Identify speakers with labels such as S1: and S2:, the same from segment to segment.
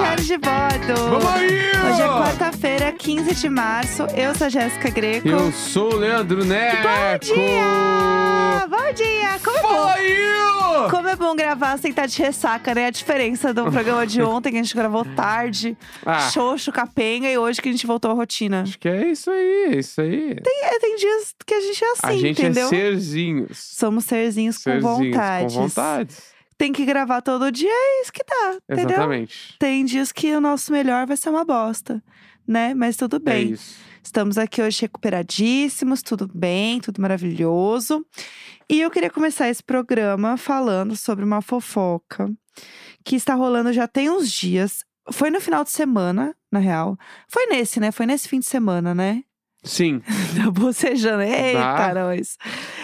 S1: um de bordo.
S2: Vamos aí!
S1: Hoje é
S2: ó.
S1: quarta-feira, 15 de março. Eu sou a Jéssica Greco.
S2: Eu sou o Leandro Neco.
S1: Bom dia! Ah, Bom dia! Como é
S2: Fala
S1: bom?
S2: aí! ó.
S1: Como é bom gravar sem estar de ressaca, né? A diferença do programa de ontem, que a gente gravou tarde,
S2: Ah.
S1: xoxo, capenga, e hoje que a gente voltou à rotina.
S2: Acho que é isso aí, é isso aí.
S1: É, tem dias que a gente é assim,
S2: a gente
S1: entendeu?
S2: é serzinhos.
S1: Somos serzinhos,
S2: serzinhos
S1: com vontade.
S2: Com vontades.
S1: Tem que gravar todo dia, é isso que dá, entendeu?
S2: Exatamente.
S1: Tem dias que o nosso melhor vai ser uma bosta, né? Mas tudo
S2: É
S1: bem.
S2: isso.
S1: Estamos aqui hoje recuperadíssimos, tudo bem, tudo maravilhoso. E eu queria começar esse programa falando sobre uma fofoca que está rolando já tem uns dias. Foi no final de semana, na real. Foi nesse, né? Foi nesse fim de semana, né?
S2: Sim.
S1: Tá bocejando. Eita,
S2: Tá.
S1: nós.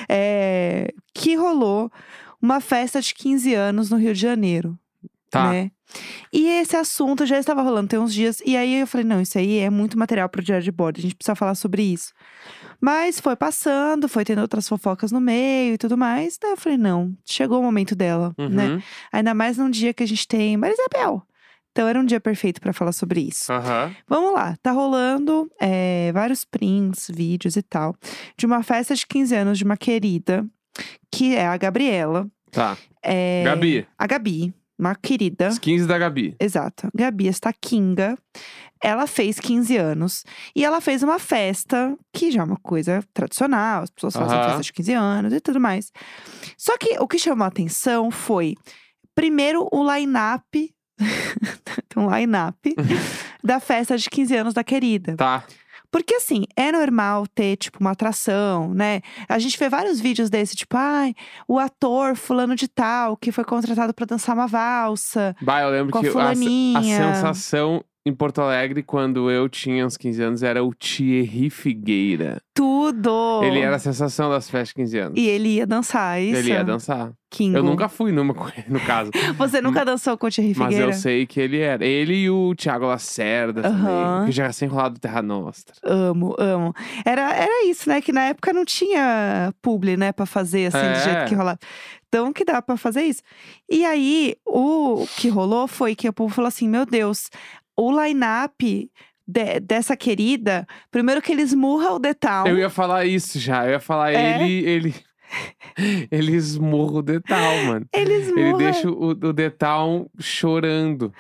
S1: É, que rolou uma festa de 15 anos no Rio de Janeiro
S2: Tá.
S1: né? E esse assunto já estava rolando tem uns dias. E aí eu falei, não, isso aí é muito material pro diário de bordo. A gente precisa falar sobre isso. Mas foi passando, foi tendo outras fofocas no meio e tudo mais. Daí eu falei, não, chegou o momento dela,
S2: Uhum.
S1: né? Ainda mais num dia que a gente tem Maria Isabel. Então era um dia perfeito para falar sobre isso.
S2: Aham.
S1: Vamos lá, tá rolando é, vários prints, vídeos e tal. De uma festa de 15 anos de uma querida, que é a Gabriela.
S2: Tá.
S1: É,
S2: Gabi.
S1: A Gabi, uma querida.
S2: Os 15 da Gabi.
S1: Exato. Gabi Estaquinga. Ela fez 15 anos e ela fez uma festa, que já é uma coisa tradicional, as pessoas fazem
S2: Aham.
S1: festa de 15 anos e tudo mais. Só que o que chamou a atenção foi, primeiro, o line-up. tem um line-up da festa de 15 anos da querida.
S2: Tá.
S1: Porque assim, é normal ter, tipo, uma atração, né? A gente vê vários vídeos desse, tipo, ai, o ator fulano de tal, que foi contratado pra dançar uma valsa.
S2: Bah, eu lembro
S1: Com a
S2: que a, se- a
S1: fulaninha.
S2: sensação em Porto Alegre, quando eu tinha uns 15 anos, era o Thierry Figueira.
S1: Tudo!
S2: Ele era a sensação das festas de 15 anos.
S1: E ele ia dançar, isso? Uhum.
S2: Ele ia dançar.
S1: Kingo.
S2: Eu nunca fui numa com ele, no caso.
S1: Você nunca dançou com o Thierry
S2: Mas
S1: Figueira?
S2: eu sei que ele era. Ele e o Thiago Lacerda
S1: Aham.
S2: também. Que já era sem rolar do Terra Nostra.
S1: Amo, amo. Era, era isso, né? Que na época não tinha publi, né? Pra fazer, assim, do
S2: É.
S1: jeito que rolava. Então, que dá pra fazer isso. E aí, o que rolou foi que o povo falou assim, meu Deus, o line-up de- dessa querida, primeiro que ele esmurra o The Town.
S2: Eu ia falar isso já. Eu ia falar
S1: É?
S2: ele. Ele, ele esmurra o Detal, mano.
S1: Ele
S2: Ele
S1: esmurra.
S2: deixa o, o Detal chorando.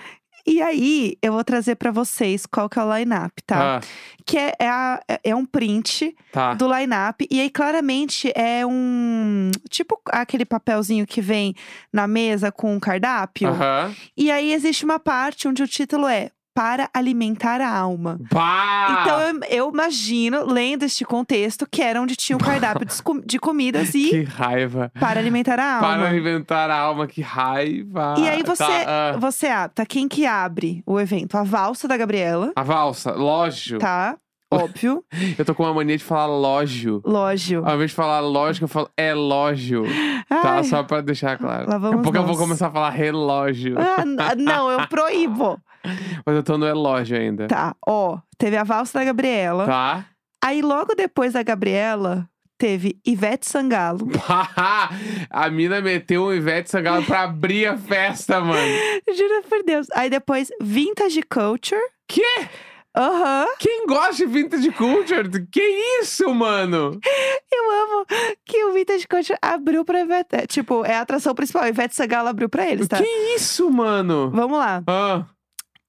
S1: E aí, eu vou trazer pra vocês qual que é o line-up, tá?
S2: Ah,
S1: Que é, é, a- é um print
S2: tá.
S1: do line-up. E aí, claramente, é um. Tipo aquele papelzinho que vem na mesa com o cardápio.
S2: Aham.
S1: E aí, existe uma parte onde o título é Para Alimentar a Alma.
S2: Bah!
S1: Então, eu, eu imagino, lendo este contexto, que era onde tinha o cardápio de, esco- de comidas e
S2: Que raiva.
S1: Para Alimentar a Alma.
S2: Para inventar a alma, que raiva.
S1: E aí, você,
S2: Tá, ah,
S1: você abre. Tá quem que abre o evento? A valsa da Gabriela,
S2: a valsa, lógio.
S1: tá? Óbvio.
S2: Eu tô com uma mania de falar lógio.
S1: Lógio.
S2: Ao invés de falar lógico, eu falo elógio. Tá?
S1: Ai,
S2: Só pra deixar claro.
S1: Lá
S2: Daqui
S1: vamos
S2: a pouco eu vou
S1: nós.
S2: começar a falar relógio.
S1: ah, n- não, eu proíbo.
S2: Mas eu tô no elógio ainda.
S1: Tá, ó, teve a valsa da Gabriela.
S2: Tá?
S1: Aí logo depois da Gabriela, teve Ivete Sangalo.
S2: a mina meteu um Ivete Sangalo pra abrir a festa, mano.
S1: Juro por Deus. Aí depois Vintage Culture.
S2: Quê?
S1: Aham,
S2: Quem gosta de vintage culture? Que isso, mano?
S1: eu amo que o Vintage Culture abriu pra Ivete. é, Tipo, é a atração principal. Ivete Sangalo abriu pra eles, tá?
S2: Que isso, mano?
S1: Vamos lá.
S2: Ah,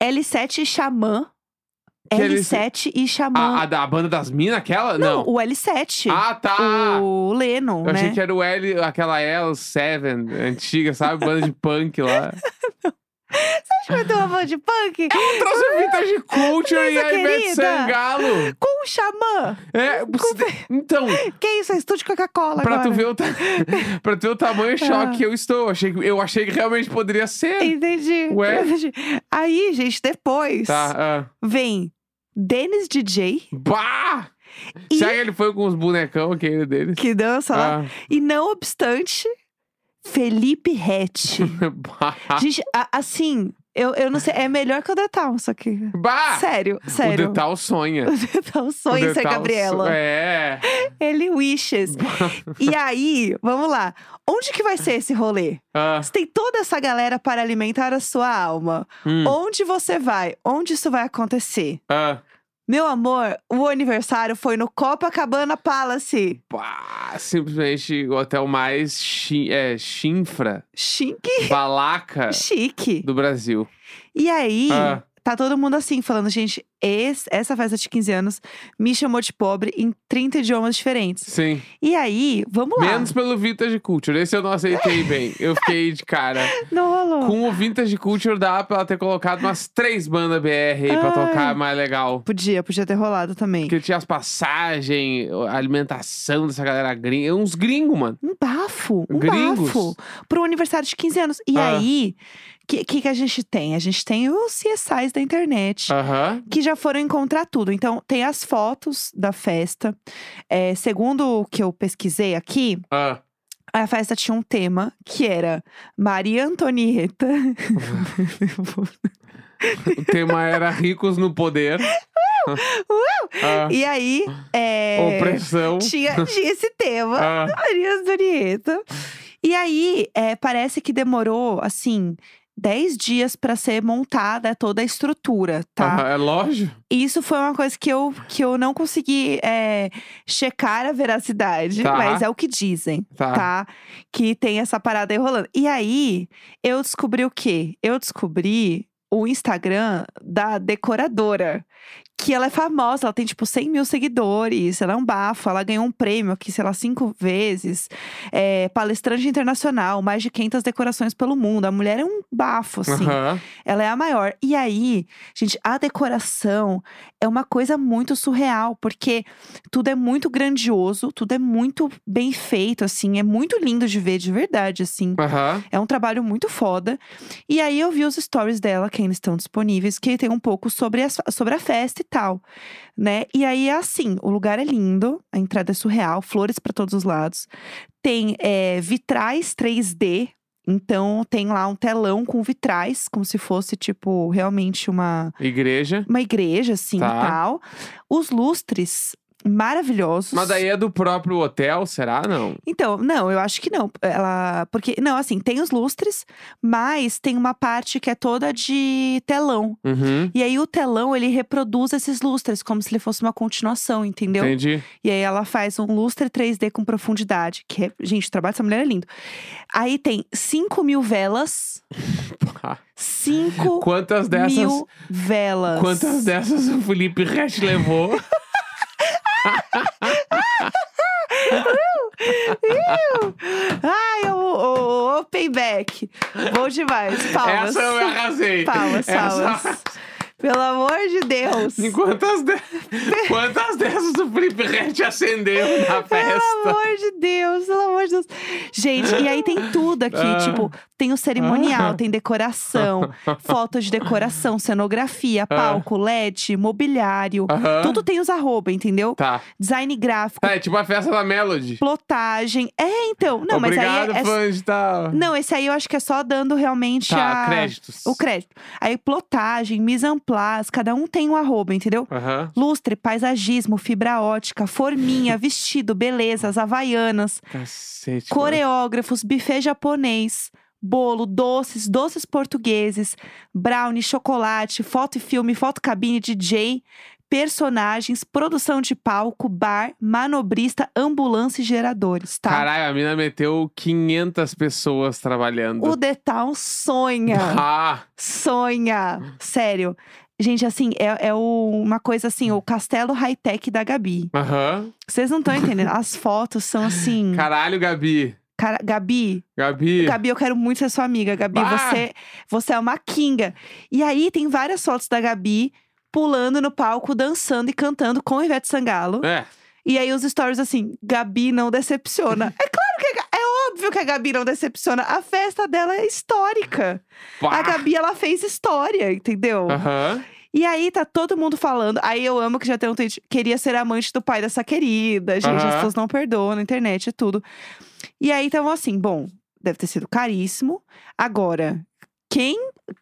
S1: L7 e Xamã.
S2: Que
S1: L7 e Xamã.
S2: a, a da banda das minas, aquela?
S1: Não,
S2: Não.
S1: o L7.
S2: Ah, tá.
S1: O Lennon,
S2: Eu
S1: né?
S2: achei que era o L, aquela L7 antiga, sabe? Banda de punk lá.
S1: Acho que eu tô falando de punk
S2: Trouxe o vintage culture e
S1: Nossa,
S2: a Ivete
S1: querida.
S2: Sangalo.
S1: com o Xamã.
S2: É, então,
S1: Que isso? É estúdio Coca-Cola
S2: pra
S1: agora.
S2: tu,
S1: Ah.
S2: ver o ta- pra tu ver o tamanho choque que eu estou. Eu achei, que- eu achei que realmente poderia ser.
S1: Entendi.
S2: Ué?
S1: Entendi. Aí, gente, depois
S2: Tá. ah.
S1: vem Dennis DJ,
S2: Bah!
S1: E-
S2: Será que ele foi com os bonecão aquele deles?
S1: que dança lá.
S2: Ah,
S1: E não obstante, Felipe Rett.
S2: bah.
S1: gente, a- assim, Eu, eu não sei, é melhor que o Detal, só que.
S2: Bah!
S1: Sério,
S2: Ah, O
S1: sério.
S2: Detal sonha.
S1: O Detal
S2: O
S1: sonha ser
S2: Detal so-
S1: Gabriela.
S2: É.
S1: Ele wishes. e aí, vamos lá. Onde que vai ser esse rolê?
S2: Ah,
S1: Você tem toda essa galera para alimentar a sua alma.
S2: hum,
S1: Onde você vai? Onde isso vai acontecer?
S2: ah.
S1: Meu amor, o aniversário foi no Copacabana Palace.
S2: Pá, simplesmente o hotel mais chi- é, chinfra,
S1: Chique,
S2: balaca
S1: chique.
S2: do Brasil.
S1: E aí,
S2: É. Ah.
S1: tá todo mundo assim, falando, gente, esse- essa festa de 15 anos me chamou de pobre em 30 idiomas diferentes.
S2: Sim.
S1: E aí, vamos lá.
S2: Menos pelo Vintage Culture. Esse eu não aceitei bem. Eu fiquei de cara.
S1: Não rolou.
S2: Com o Vintage Culture dá pra ela ter colocado umas três bandas BR aí pra
S1: Ai.
S2: tocar mais legal.
S1: Podia, podia ter rolado também.
S2: Porque tinha as passagens, a alimentação dessa galera gringa. É Uns gringos, mano.
S1: Um bafo, um
S2: Gringos.
S1: bafo. Pro aniversário de 15 anos. E
S2: Ah.
S1: aí, o que, que, que a gente tem? A gente tem os CSIs da internet.
S2: Aham.
S1: Que já foram encontrar tudo. Então, tem as fotos da festa. É, segundo o que eu pesquisei aqui,
S2: Ah.
S1: a festa tinha um tema que era Maria Antonieta.
S2: O tema era ricos no poder. Ah.
S1: e aí, é,
S2: Opressão.
S1: tinha, tinha esse tema.
S2: Ah.
S1: Maria Antonieta. E aí, é, parece que demorou, assim, 10 dias pra ser montada toda a estrutura, tá?
S2: Ah, é lógico.
S1: E Isso foi uma coisa que eu, que eu não consegui é, checar a veracidade,
S2: Tá.
S1: mas é o que dizem,
S2: Tá.
S1: tá? Que tem essa parada aí rolando. E aí, eu descobri o quê? Eu descobri o Instagram da decoradora. Que ela é famosa, ela tem tipo 100 mil seguidores, ela é um bafo, ela ganhou um prêmio aqui, sei lá, cinco vezes. É, palestrante internacional, mais de 500 decorações pelo mundo. A mulher é um bafo, assim.
S2: Aham.
S1: Ela é a maior. E aí, gente, a decoração é uma coisa muito surreal, porque tudo é muito grandioso, tudo é muito bem feito, assim, é muito lindo de ver, de verdade, assim.
S2: Aham.
S1: É um trabalho muito foda. E aí eu vi os stories dela, que ainda estão disponíveis, que tem um pouco sobre, as- sobre a festa e tal, né? E aí é assim, o lugar é lindo, a entrada é surreal, flores pra todos os lados. Tem é, vitrais 3D, então tem lá um telão com vitrais, como se fosse, tipo, realmente uma,
S2: Igreja.
S1: uma igreja, assim,
S2: Tá.
S1: e tal. Os lustres maravilhosos.
S2: Mas daí é do próprio hotel, será? Não.
S1: Então, não, eu acho que não. Ela. Porque, não, assim, tem os lustres, mas tem uma parte que é toda de telão.
S2: Uhum.
S1: E aí o telão, ele reproduz esses lustres, como se ele fosse uma continuação, entendeu?
S2: Entendi.
S1: E aí ela faz um lustre 3D com profundidade, que é. Gente, o trabalho dessa mulher é lindo. Aí tem 5 mil velas.
S2: Pá.
S1: 5
S2: Ah. Quantas dessas.
S1: mil velas.
S2: Quantas dessas o Felipe Resch levou?
S1: Ai, o, o, o payback. Bom demais. Palmas.
S2: Essa é eu arrasei.
S1: Palmas,
S2: Essa-
S1: palmas. É, Pelo amor de Deus.
S2: Em Quantas, de... Quantas dessas o Felipe Resch acendeu na
S1: Pelo
S2: festa?
S1: amor de Deus, pelo amor de Deus. Gente, e aí tem tudo aqui.
S2: Ah.
S1: Tipo, tem o cerimonial,
S2: Ah.
S1: tem decoração, fotos de decoração, cenografia, palco, LED, mobiliário.
S2: Ah. Aham.
S1: Tudo tem os arroba, entendeu?
S2: Tá.
S1: Design gráfico,
S2: Tá, é tipo a festa da Melody.
S1: plotagem. É, então. Não,
S2: Obrigado,
S1: mas aí é- é.
S2: fãs de tal.
S1: Não, esse aí eu acho que é só dando realmente
S2: Tá,
S1: a.
S2: créditos.
S1: O crédito. Aí plotagem, mise en place, cada um tem um arroba, entendeu?
S2: Aham.
S1: Lustre, paisagismo, fibra ótica, forminha, vestido, belezas, havaianas,
S2: Cacete. mano.
S1: coreógrafos, buffet japonês, bolo, doces, doces portugueses, brownie, chocolate, foto e filme, foto cabine, DJ, personagens, produção de palco, bar, manobrista, ambulância e geradores, tá?
S2: Caralho, a mina meteu 500 pessoas trabalhando.
S1: O Detal sonha.
S2: Ah,
S1: Sonha! Sério. Gente, assim, é, é o- uma coisa assim, o castelo high-tech da Gabi.
S2: aham.
S1: Vocês não estão entendendo. As fotos são assim.
S2: Caralho, Gabi.
S1: Cara, Gabi,
S2: Gabi.
S1: Gabi, eu quero muito ser sua amiga. Gabi,
S2: Bah!
S1: você, você é uma kinga. E aí tem várias fotos da Gabi pulando no palco, dançando e cantando com Ivete Sangalo.
S2: É.
S1: E aí os stories assim, Gabi não decepciona. É claro que a Ga- é óbvio que a Gabi não decepciona. A festa dela é histórica.
S2: Pá.
S1: A Gabi ela fez história, entendeu?
S2: Aham.
S1: E aí tá todo mundo falando. Aí eu amo que já tem um tweet. Queria ser amante do pai dessa querida. Gente,
S2: Aham.
S1: as pessoas não perdoam na internet e então, tudo. E aí estavam assim, bom, deve ter sido caríssimo. Agora, Quem.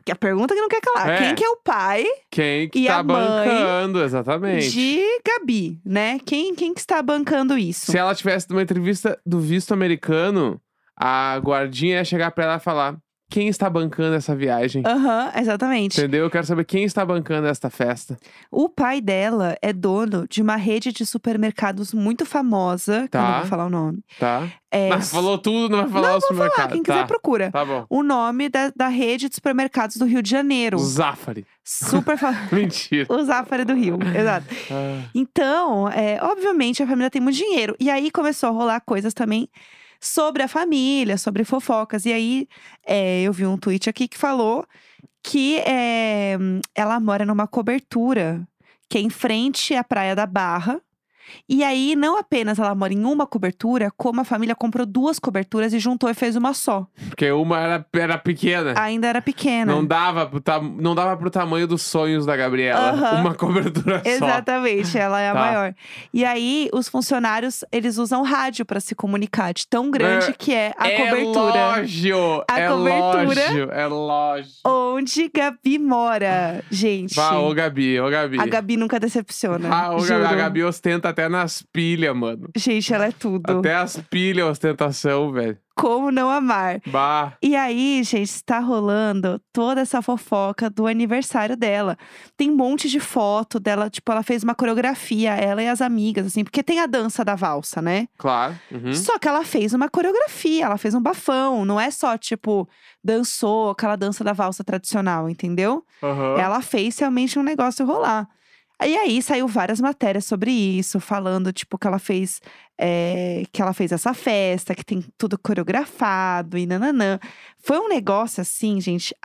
S1: que A pergunta que não quer calar.
S2: É.
S1: Quem que é o pai
S2: Quem que
S1: E
S2: tá
S1: a mãe
S2: bancando, exatamente.
S1: de Gabi, né? Quem, quem que está bancando isso?
S2: Se ela tivesse numa entrevista do visto americano, a guardinha ia chegar pra ela e falar: quem está bancando essa viagem?
S1: Aham, exatamente.
S2: Entendeu? Eu quero saber quem está bancando esta festa.
S1: O pai dela é dono de uma rede de supermercados muito famosa, que eu
S2: Tá.
S1: não vou falar o nome.
S2: Tá?
S1: É,
S2: Mas falou tudo, não vai falar o
S1: vou falar,
S2: supermercado.
S1: quem
S2: tá.
S1: quiser procura.
S2: Tá bom.
S1: O nome da, da rede de supermercados do Rio de Janeiro.
S2: Zafari.
S1: Super famoso.
S2: Mentira.
S1: o Zafari do Rio, exato.
S2: Ah,
S1: Então, é, obviamente, a família tem muito dinheiro. E aí começou a rolar coisas também sobre a família, sobre fofocas. E aí é, eu vi um tweet aqui que falou que é, hum, ela mora numa cobertura que é em frente à Praia da Barra. E aí, não apenas ela mora em uma cobertura, como a família comprou duas coberturas e juntou e fez uma só.
S2: porque uma era, era pequena.
S1: Ainda era pequena.
S2: É. Não dava, pro ta- não dava pro tamanho dos sonhos da Gabriela.
S1: Aham.
S2: Uma cobertura só.
S1: Exatamente, ela é a
S2: Tá.
S1: maior. E aí, os funcionários, eles usam rádio pra se comunicar, de tão grande
S2: É,
S1: que é a
S2: é
S1: cobertura.
S2: Lógio,
S1: A
S2: é
S1: cobertura.
S2: lógio, é lógio.
S1: Onde Gabi mora, gente.
S2: Vá, ô Gabi, ô Gabi.
S1: a Gabi nunca decepciona.
S2: Ah, ô, Gabi,
S1: juro.
S2: a Gabi ostenta até nas pilhas, mano.
S1: Gente, ela é tudo.
S2: Até as pilhas ostentação, velho.
S1: Como não amar?
S2: Bah.
S1: E aí, gente, está rolando toda essa fofoca do aniversário dela. Tem um monte de foto dela, tipo, ela fez uma coreografia, ela e as amigas, assim, porque tem a dança da valsa, né?
S2: Claro. Uhum.
S1: Só que ela fez uma coreografia, ela fez um bafão. Não é só, tipo, dançou aquela dança da valsa tradicional, entendeu?
S2: Aham.
S1: Ela fez realmente um negócio rolar. E aí saiu várias matérias sobre isso, falando, tipo, que ela fez é, que ela fez essa festa, que tem tudo coreografado e nananã. Foi um negócio assim, gente,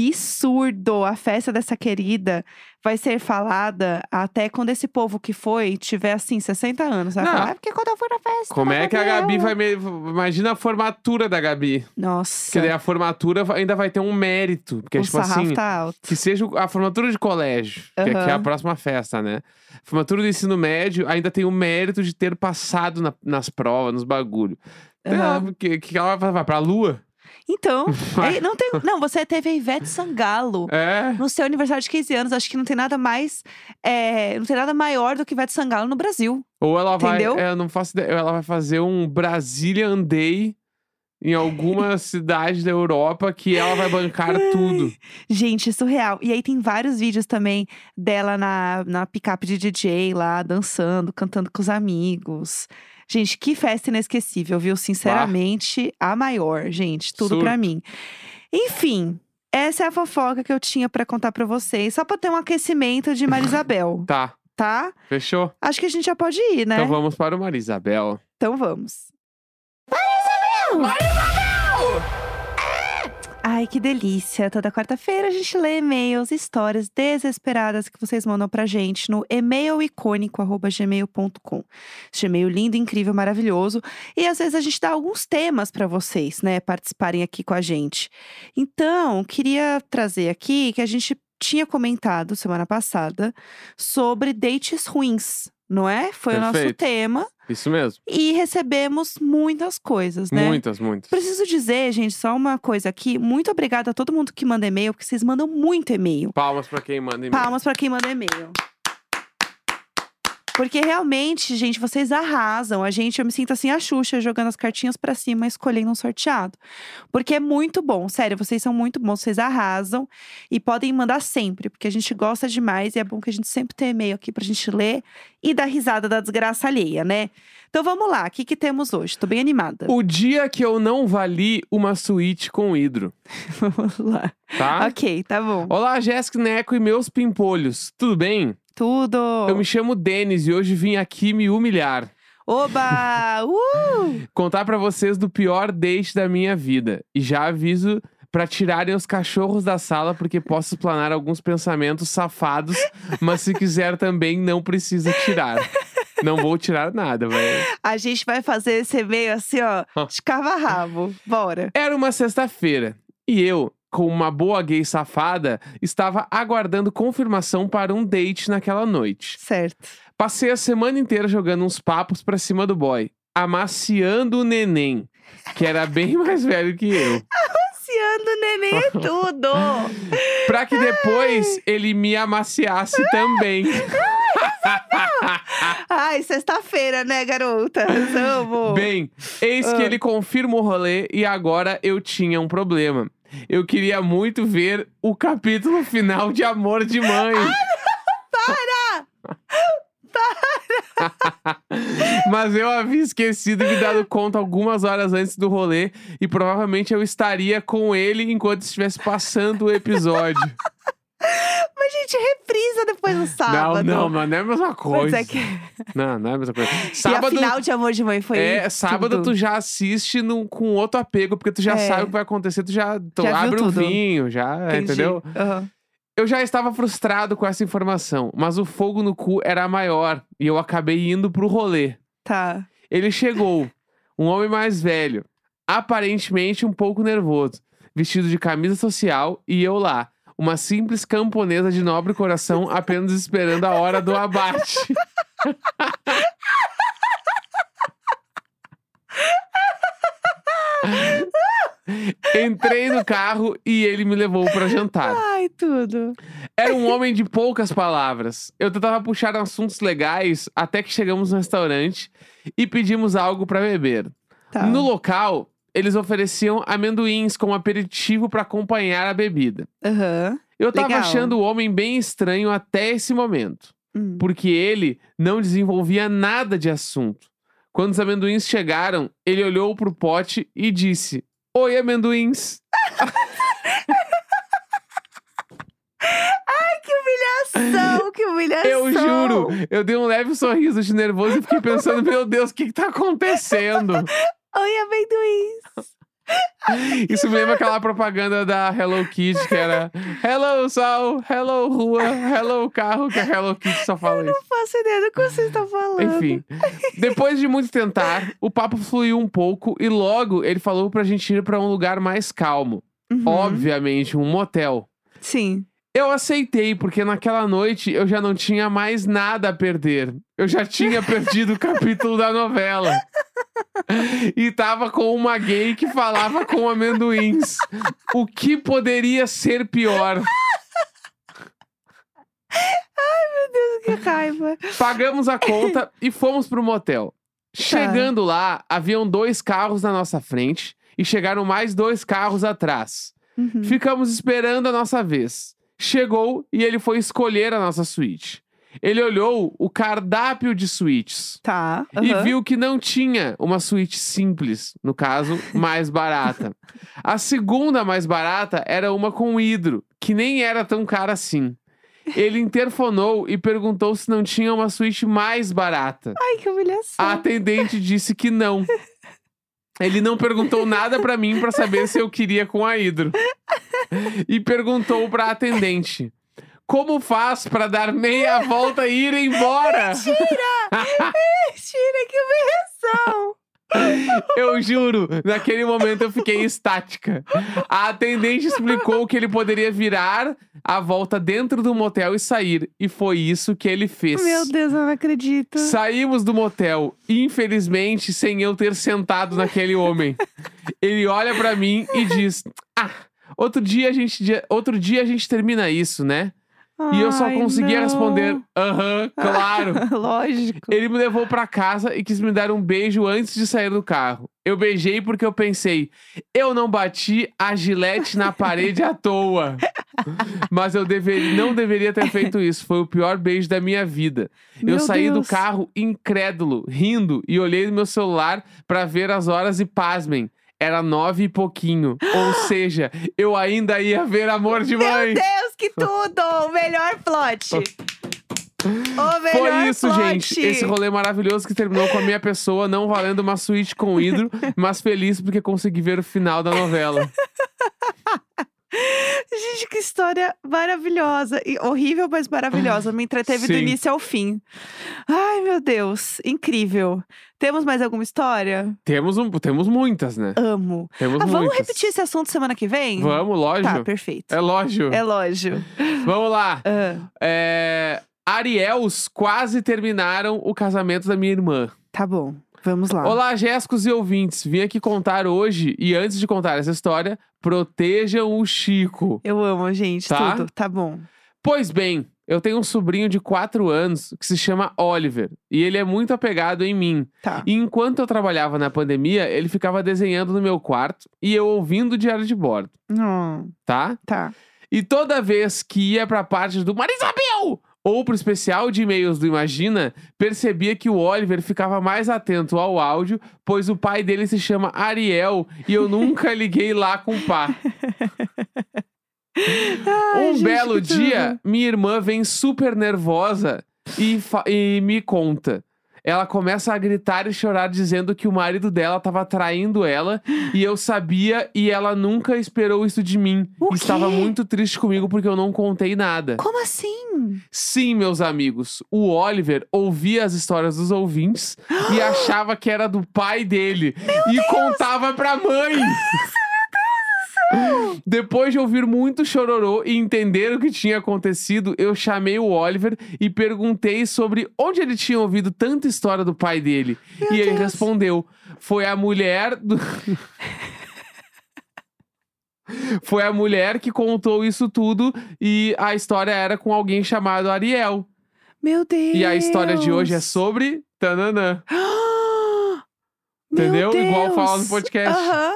S1: absurdo. A festa dessa querida vai ser falada até quando esse povo que foi tiver, assim, 60 anos. Vai
S2: Não.
S1: falar, "Ah, porque quando eu fui na festa.
S2: Como é que a Gabi
S1: ela-"
S2: vai. Me... Imagina a formatura da Gabi.
S1: Nossa,
S2: Que daí a formatura va- ainda vai ter um mérito. Porque,
S1: o
S2: tipo
S1: sarrafo
S2: assim.
S1: tá alto.
S2: Que seja a formatura de colégio, que é- que é a
S1: Aham.
S2: próxima festa, né? Formatura do ensino médio ainda tem o mérito de ter passado na- nas provas, nos bagulho. Então,
S1: Aham.
S2: ela- que, que ela vai, vai pra lua?
S1: Então, é, não, tem, não, você teve a Ivete Sangalo.
S2: É.
S1: no seu aniversário de 15 anos. Acho que não tem nada mais. é, não tem nada maior do que Ivete Sangalo no Brasil.
S2: Ou ela vai.
S1: Entendeu?
S2: é, eu não faço ideia. Ela vai fazer um Brazilian Day em alguma cidade da Europa que ela vai bancar tudo.
S1: Gente, é surreal. E aí tem vários vídeos também dela na, na picape de DJ lá, dançando, cantando com os amigos. Gente, que festa inesquecível, viu? Sinceramente, a maior, gente. Tudo pra
S2: Surto.
S1: mim. Enfim. Essa é a fofoca que eu tinha pra contar pra vocês, só pra ter um aquecimento de Marisabel,
S2: Tá,
S1: tá?
S2: fechou?
S1: Acho que a gente já pode ir, né?
S2: Então vamos para o Marisabel.
S1: Então vamos. Ai, que delícia! Toda quarta-feira a gente lê e-mails, histórias desesperadas que vocês mandam pra gente no e-mailicônico.gmail.com. Esse e-mail lindo, incrível, maravilhoso. E às vezes a gente dá alguns temas pra vocês, né, participarem aqui com a gente. Então, queria trazer aqui que a gente tinha comentado semana passada sobre dates ruins, não é? Foi o nosso
S2: Perfeito.
S1: tema.
S2: Isso mesmo.
S1: E recebemos muitas coisas, né?
S2: Muitas, muitas.
S1: Preciso dizer, gente, só uma coisa aqui. Muito obrigada a todo mundo que manda e-mail, porque vocês mandam muito e-mail.
S2: Palmas pra quem manda e-mail.
S1: Palmas pra quem manda e-mail. Porque realmente, gente, vocês arrasam. A gente, eu me sinto assim a Xuxa jogando as cartinhas pra cima, escolhendo um sorteado. Porque é muito bom, sério, vocês são muito bons, vocês arrasam e podem mandar sempre, porque a gente gosta demais e é bom que a gente sempre tem e-mail aqui pra gente ler e dar risada da desgraça alheia, né? Então vamos lá, o que que temos hoje? Tô bem animada.
S2: O dia que eu não vali uma suíte com hidro,
S1: vamos lá.
S2: tá?
S1: Ok, tá bom.
S2: Olá, Jéssica Neco e meus pimpolhos. Tudo bem?
S1: Tudo.
S2: Eu me chamo Denis e hoje vim aqui me humilhar.
S1: Oba! Uh!
S2: Contar pra vocês do pior date da minha vida. E já aviso pra tirarem os cachorros da sala, porque posso explanar alguns pensamentos safados, mas se quiser também, não precisa tirar. Não vou tirar nada, velho.
S1: A gente vai fazer esse e-mail assim, ó, de cavarrabo. Bora.
S2: Era uma sexta-feira e eu, com uma boa gay safada, estava aguardando confirmação para um date naquela noite.
S1: Certo.
S2: Passei a semana inteira jogando uns papos pra cima do boy, amaciando o neném, que era bem mais velho que eu.
S1: Sim, amaciando o neném é tudo.
S2: Pra que depois ele me amaciasse também.
S1: Ai, sexta-feira, né, garota? Amo.
S2: Bem, eis que ele confirma o rolê e agora eu tinha um problema. Eu queria muito ver o capítulo final de Amor de Mãe. Mas eu havia esquecido e me dado conta algumas horas antes do rolê e provavelmente eu estaria com ele enquanto estivesse passando o episódio.
S1: Mas, gente, reprisa depois no sábado.
S2: Não, não, mas não é a mesma
S1: Ah, Mas
S2: coisa.
S1: é que...
S2: Não, não é a mesma coisa.
S1: E
S2: Sábado
S1: a final de Amor de Mãe foi
S2: É, sábado
S1: tudo.
S2: tu já assiste num- com outro apego, porque tu já
S1: É.
S2: sabe o que vai acontecer, tu já, tu
S1: Já viu
S2: abre um
S1: tudo.
S2: vinho, já,
S1: Entendi.
S2: entendeu?
S1: Aham.
S2: Eu já estava frustrado com essa informação, mas o fogo no cu era maior e eu acabei indo pro rolê.
S1: Tá.
S2: Ele chegou, um homem mais velho, aparentemente um pouco nervoso, vestido de camisa social e eu lá, uma simples camponesa de nobre coração, apenas esperando a hora do abate. Entrei no carro e ele me levou para jantar.
S1: Ai, tudo.
S2: Era um homem de poucas palavras. Eu tentava puxar assuntos legais até que chegamos no restaurante e pedimos algo para beber.
S1: Tá.
S2: No local, eles ofereciam amendoins como aperitivo para acompanhar a bebida.
S1: Aham.
S2: Eu tava
S1: Legal.
S2: achando o homem bem estranho até esse momento,
S1: Hum.
S2: porque ele não desenvolvia nada de assunto. Quando os amendoins chegaram, ele olhou pro pote e disse: Oi, amendoins.
S1: Que humilhação, que humilhação.
S2: Eu juro, eu dei um leve sorriso de nervoso e fiquei pensando, meu Deus, o que, que tá acontecendo?
S1: Oi, amendoins.
S2: Isso me lembra aquela propaganda da Hello Kitty, que era Hello Sol, Hello Rua, Hello Carro, que a Hello Kitty só fala isso.
S1: Não faço ideia do que você está falando.
S2: Enfim, depois de muito tentar, o papo fluiu um pouco e logo ele falou pra gente ir pra um lugar mais calmo.
S1: Uhum.
S2: Obviamente, um motel.
S1: Sim.
S2: Eu aceitei, porque naquela noite eu já não tinha mais nada a perder. Eu já tinha perdido o capítulo da novela. E tava com uma gay que falava com amendoins. O que poderia ser pior?
S1: Meu Deus, que raiva.
S2: Pagamos a conta e fomos pro motel. Chegando lá, haviam dois carros na nossa frente e chegaram mais dois carros atrás.
S1: Uhum.
S2: Ficamos esperando a nossa vez. Chegou e ele foi escolher a nossa suíte. Ele olhou o cardápio de suítes
S1: Tá.
S2: e
S1: aham.
S2: viu que não tinha uma suíte simples, no caso, mais barata. A segunda mais barata era uma com hidro, que nem era tão cara assim. Ele interfonou e perguntou se não tinha uma suíte mais barata.
S1: Ai, que humilhação.
S2: A atendente disse que não. Ele não perguntou nada pra mim pra saber se eu queria com a Hidro. E perguntou pra atendente: Como faz pra dar meia volta e ir embora?
S1: Mentira, que humilhação.
S2: Eu juro, naquele momento eu fiquei estática. A atendente explicou que ele poderia virar a volta dentro do motel e sair. E foi isso que ele fez.
S1: Meu Deus, eu não acredito.
S2: Saímos do motel, infelizmente, sem eu ter sentado naquele homem. Ele olha pra mim e diz: Ah, outro dia a gente, dia- outro dia a gente termina isso, né? E eu só
S1: Ai,
S2: conseguia
S1: não.
S2: responder: Aham, claro.
S1: Lógico.
S2: Ele me levou pra casa e quis me dar um beijo antes de sair do carro. Eu beijei porque eu pensei, eu não bati a gilete na parede à toa. Mas eu deveria, não deveria ter feito isso. Foi o pior beijo da minha vida.
S1: Meu
S2: eu saí
S1: Deus.
S2: do carro incrédulo, rindo, e olhei no meu celular pra ver as horas e pasmem. Era nove e pouquinho. Ou seja, eu ainda ia ver amor de mãe.
S1: Meu Deus, que tudo! O melhor plot! O melhor
S2: Foi isso,
S1: plot.
S2: gente. Esse rolê maravilhoso que terminou com a minha pessoa não valendo uma suíte com hidro, mas feliz porque consegui ver o final da novela.
S1: Gente, que história maravilhosa. E horrível, mas maravilhosa. Me entreteve do
S2: Sim.
S1: início ao fim. Ai, meu Deus. Incrível. Temos mais alguma história?
S2: temos, um, temos muitas, né?
S1: Amo.
S2: Temos
S1: Ah,
S2: muitas.
S1: vamos repetir esse assunto semana que vem?
S2: Vamos, lógico.
S1: Tá, perfeito.
S2: É lógico.
S1: É lógico.
S2: Vamos lá.
S1: Ah,
S2: É, Ariels quase terminaram o casamento da minha irmã.
S1: tá bom. Vamos lá.
S2: Olá, Jéssicos e ouvintes. Vim aqui contar hoje, e antes de contar essa história, protejam o Chico.
S1: Eu amo, gente,
S2: Tá?
S1: tudo. Tá bom.
S2: Pois bem, eu tenho um sobrinho de 4 anos que se chama Oliver, e ele é muito apegado em mim.
S1: Tá.
S2: E enquanto eu trabalhava na pandemia, ele ficava desenhando no meu quarto e eu ouvindo o diário de bordo,
S1: Hum,
S2: tá?
S1: tá.
S2: E toda vez que ia pra parte do Marisabel ou pro especial de e-mails do Imagina, percebia que o Oliver ficava mais atento ao áudio, pois o pai dele se chama Ariel e eu nunca liguei lá com o pá.
S1: Ai,
S2: um
S1: gente,
S2: belo
S1: que tudo.
S2: dia, minha irmã vem super nervosa e, fa- e me conta. Ela começa a gritar e chorar dizendo que o marido dela estava traindo ela e eu sabia e ela nunca esperou isso de mim.
S1: O
S2: E Estava
S1: quê?
S2: muito triste comigo porque eu não contei nada.
S1: Como assim?
S2: Sim, meus amigos, o Oliver ouvia as histórias dos ouvintes e achava que era do pai dele e contava pra mãe. Depois de ouvir muito chororô e entender o que tinha acontecido, eu chamei o Oliver e perguntei sobre onde ele tinha ouvido tanta história do pai dele.
S1: Meu
S2: e ele
S1: Deus.
S2: respondeu: foi a mulher do. Foi a mulher que contou isso tudo e a história era com alguém chamado Ariel.
S1: Meu Deus.
S2: E a história de hoje é sobre Tananã.
S1: Meu
S2: Entendeu?
S1: Deus.
S2: Igual fala no podcast.
S1: Aham.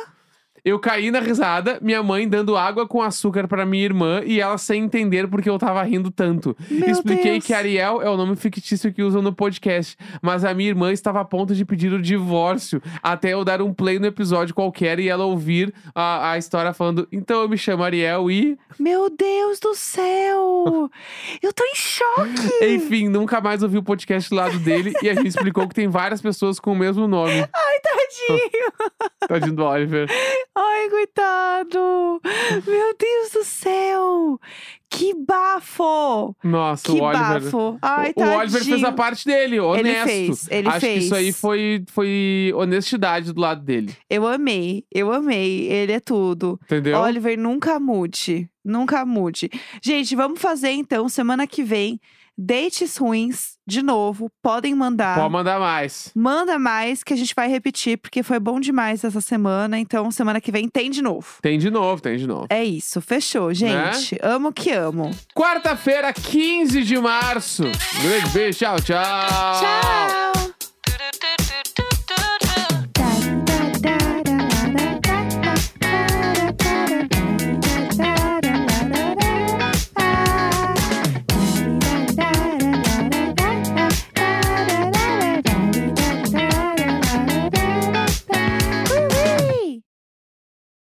S2: Eu caí na risada, minha mãe dando água com açúcar pra minha irmã e ela sem entender porque eu tava rindo tanto.
S1: Meu
S2: Expliquei
S1: Deus.
S2: que Ariel é o nome fictício que usam no podcast, mas a minha irmã estava a ponto de pedir o divórcio até eu dar um play no episódio qualquer e ela ouvir a, a história falando: então eu me chamo Ariel e.
S1: Meu Deus do céu! Eu tô em choque!
S2: Enfim, nunca mais ouvi o podcast do lado dele e a gente explicou que tem várias pessoas com o mesmo nome.
S1: Tadinho!
S2: Tadinho do Oliver.
S1: Ai, coitado! Meu Deus do céu! Que bafo!
S2: Nossa,
S1: que
S2: o Oliver.
S1: bafo! Ai,
S2: o
S1: tadinho!
S2: Oliver fez a parte dele, honesto.
S1: Ele fez, ele
S2: Acho
S1: fez.
S2: que isso aí foi, foi honestidade do lado dele,
S1: Eu amei, eu amei. Ele é tudo.
S2: entendeu?
S1: Oliver, nunca mude. Nunca mude. Gente, vamos fazer então, semana que vem, dates ruins de novo. Podem mandar.
S2: Pode mandar mais.
S1: Manda mais que a gente vai repetir, porque foi bom demais essa semana. Então, semana que vem tem de novo.
S2: Tem de novo, tem de novo.
S1: É isso, fechou, gente. Amo que amo.
S2: Quarta-feira, 15 de março. Um grande beijo, tchau.
S1: Tchau!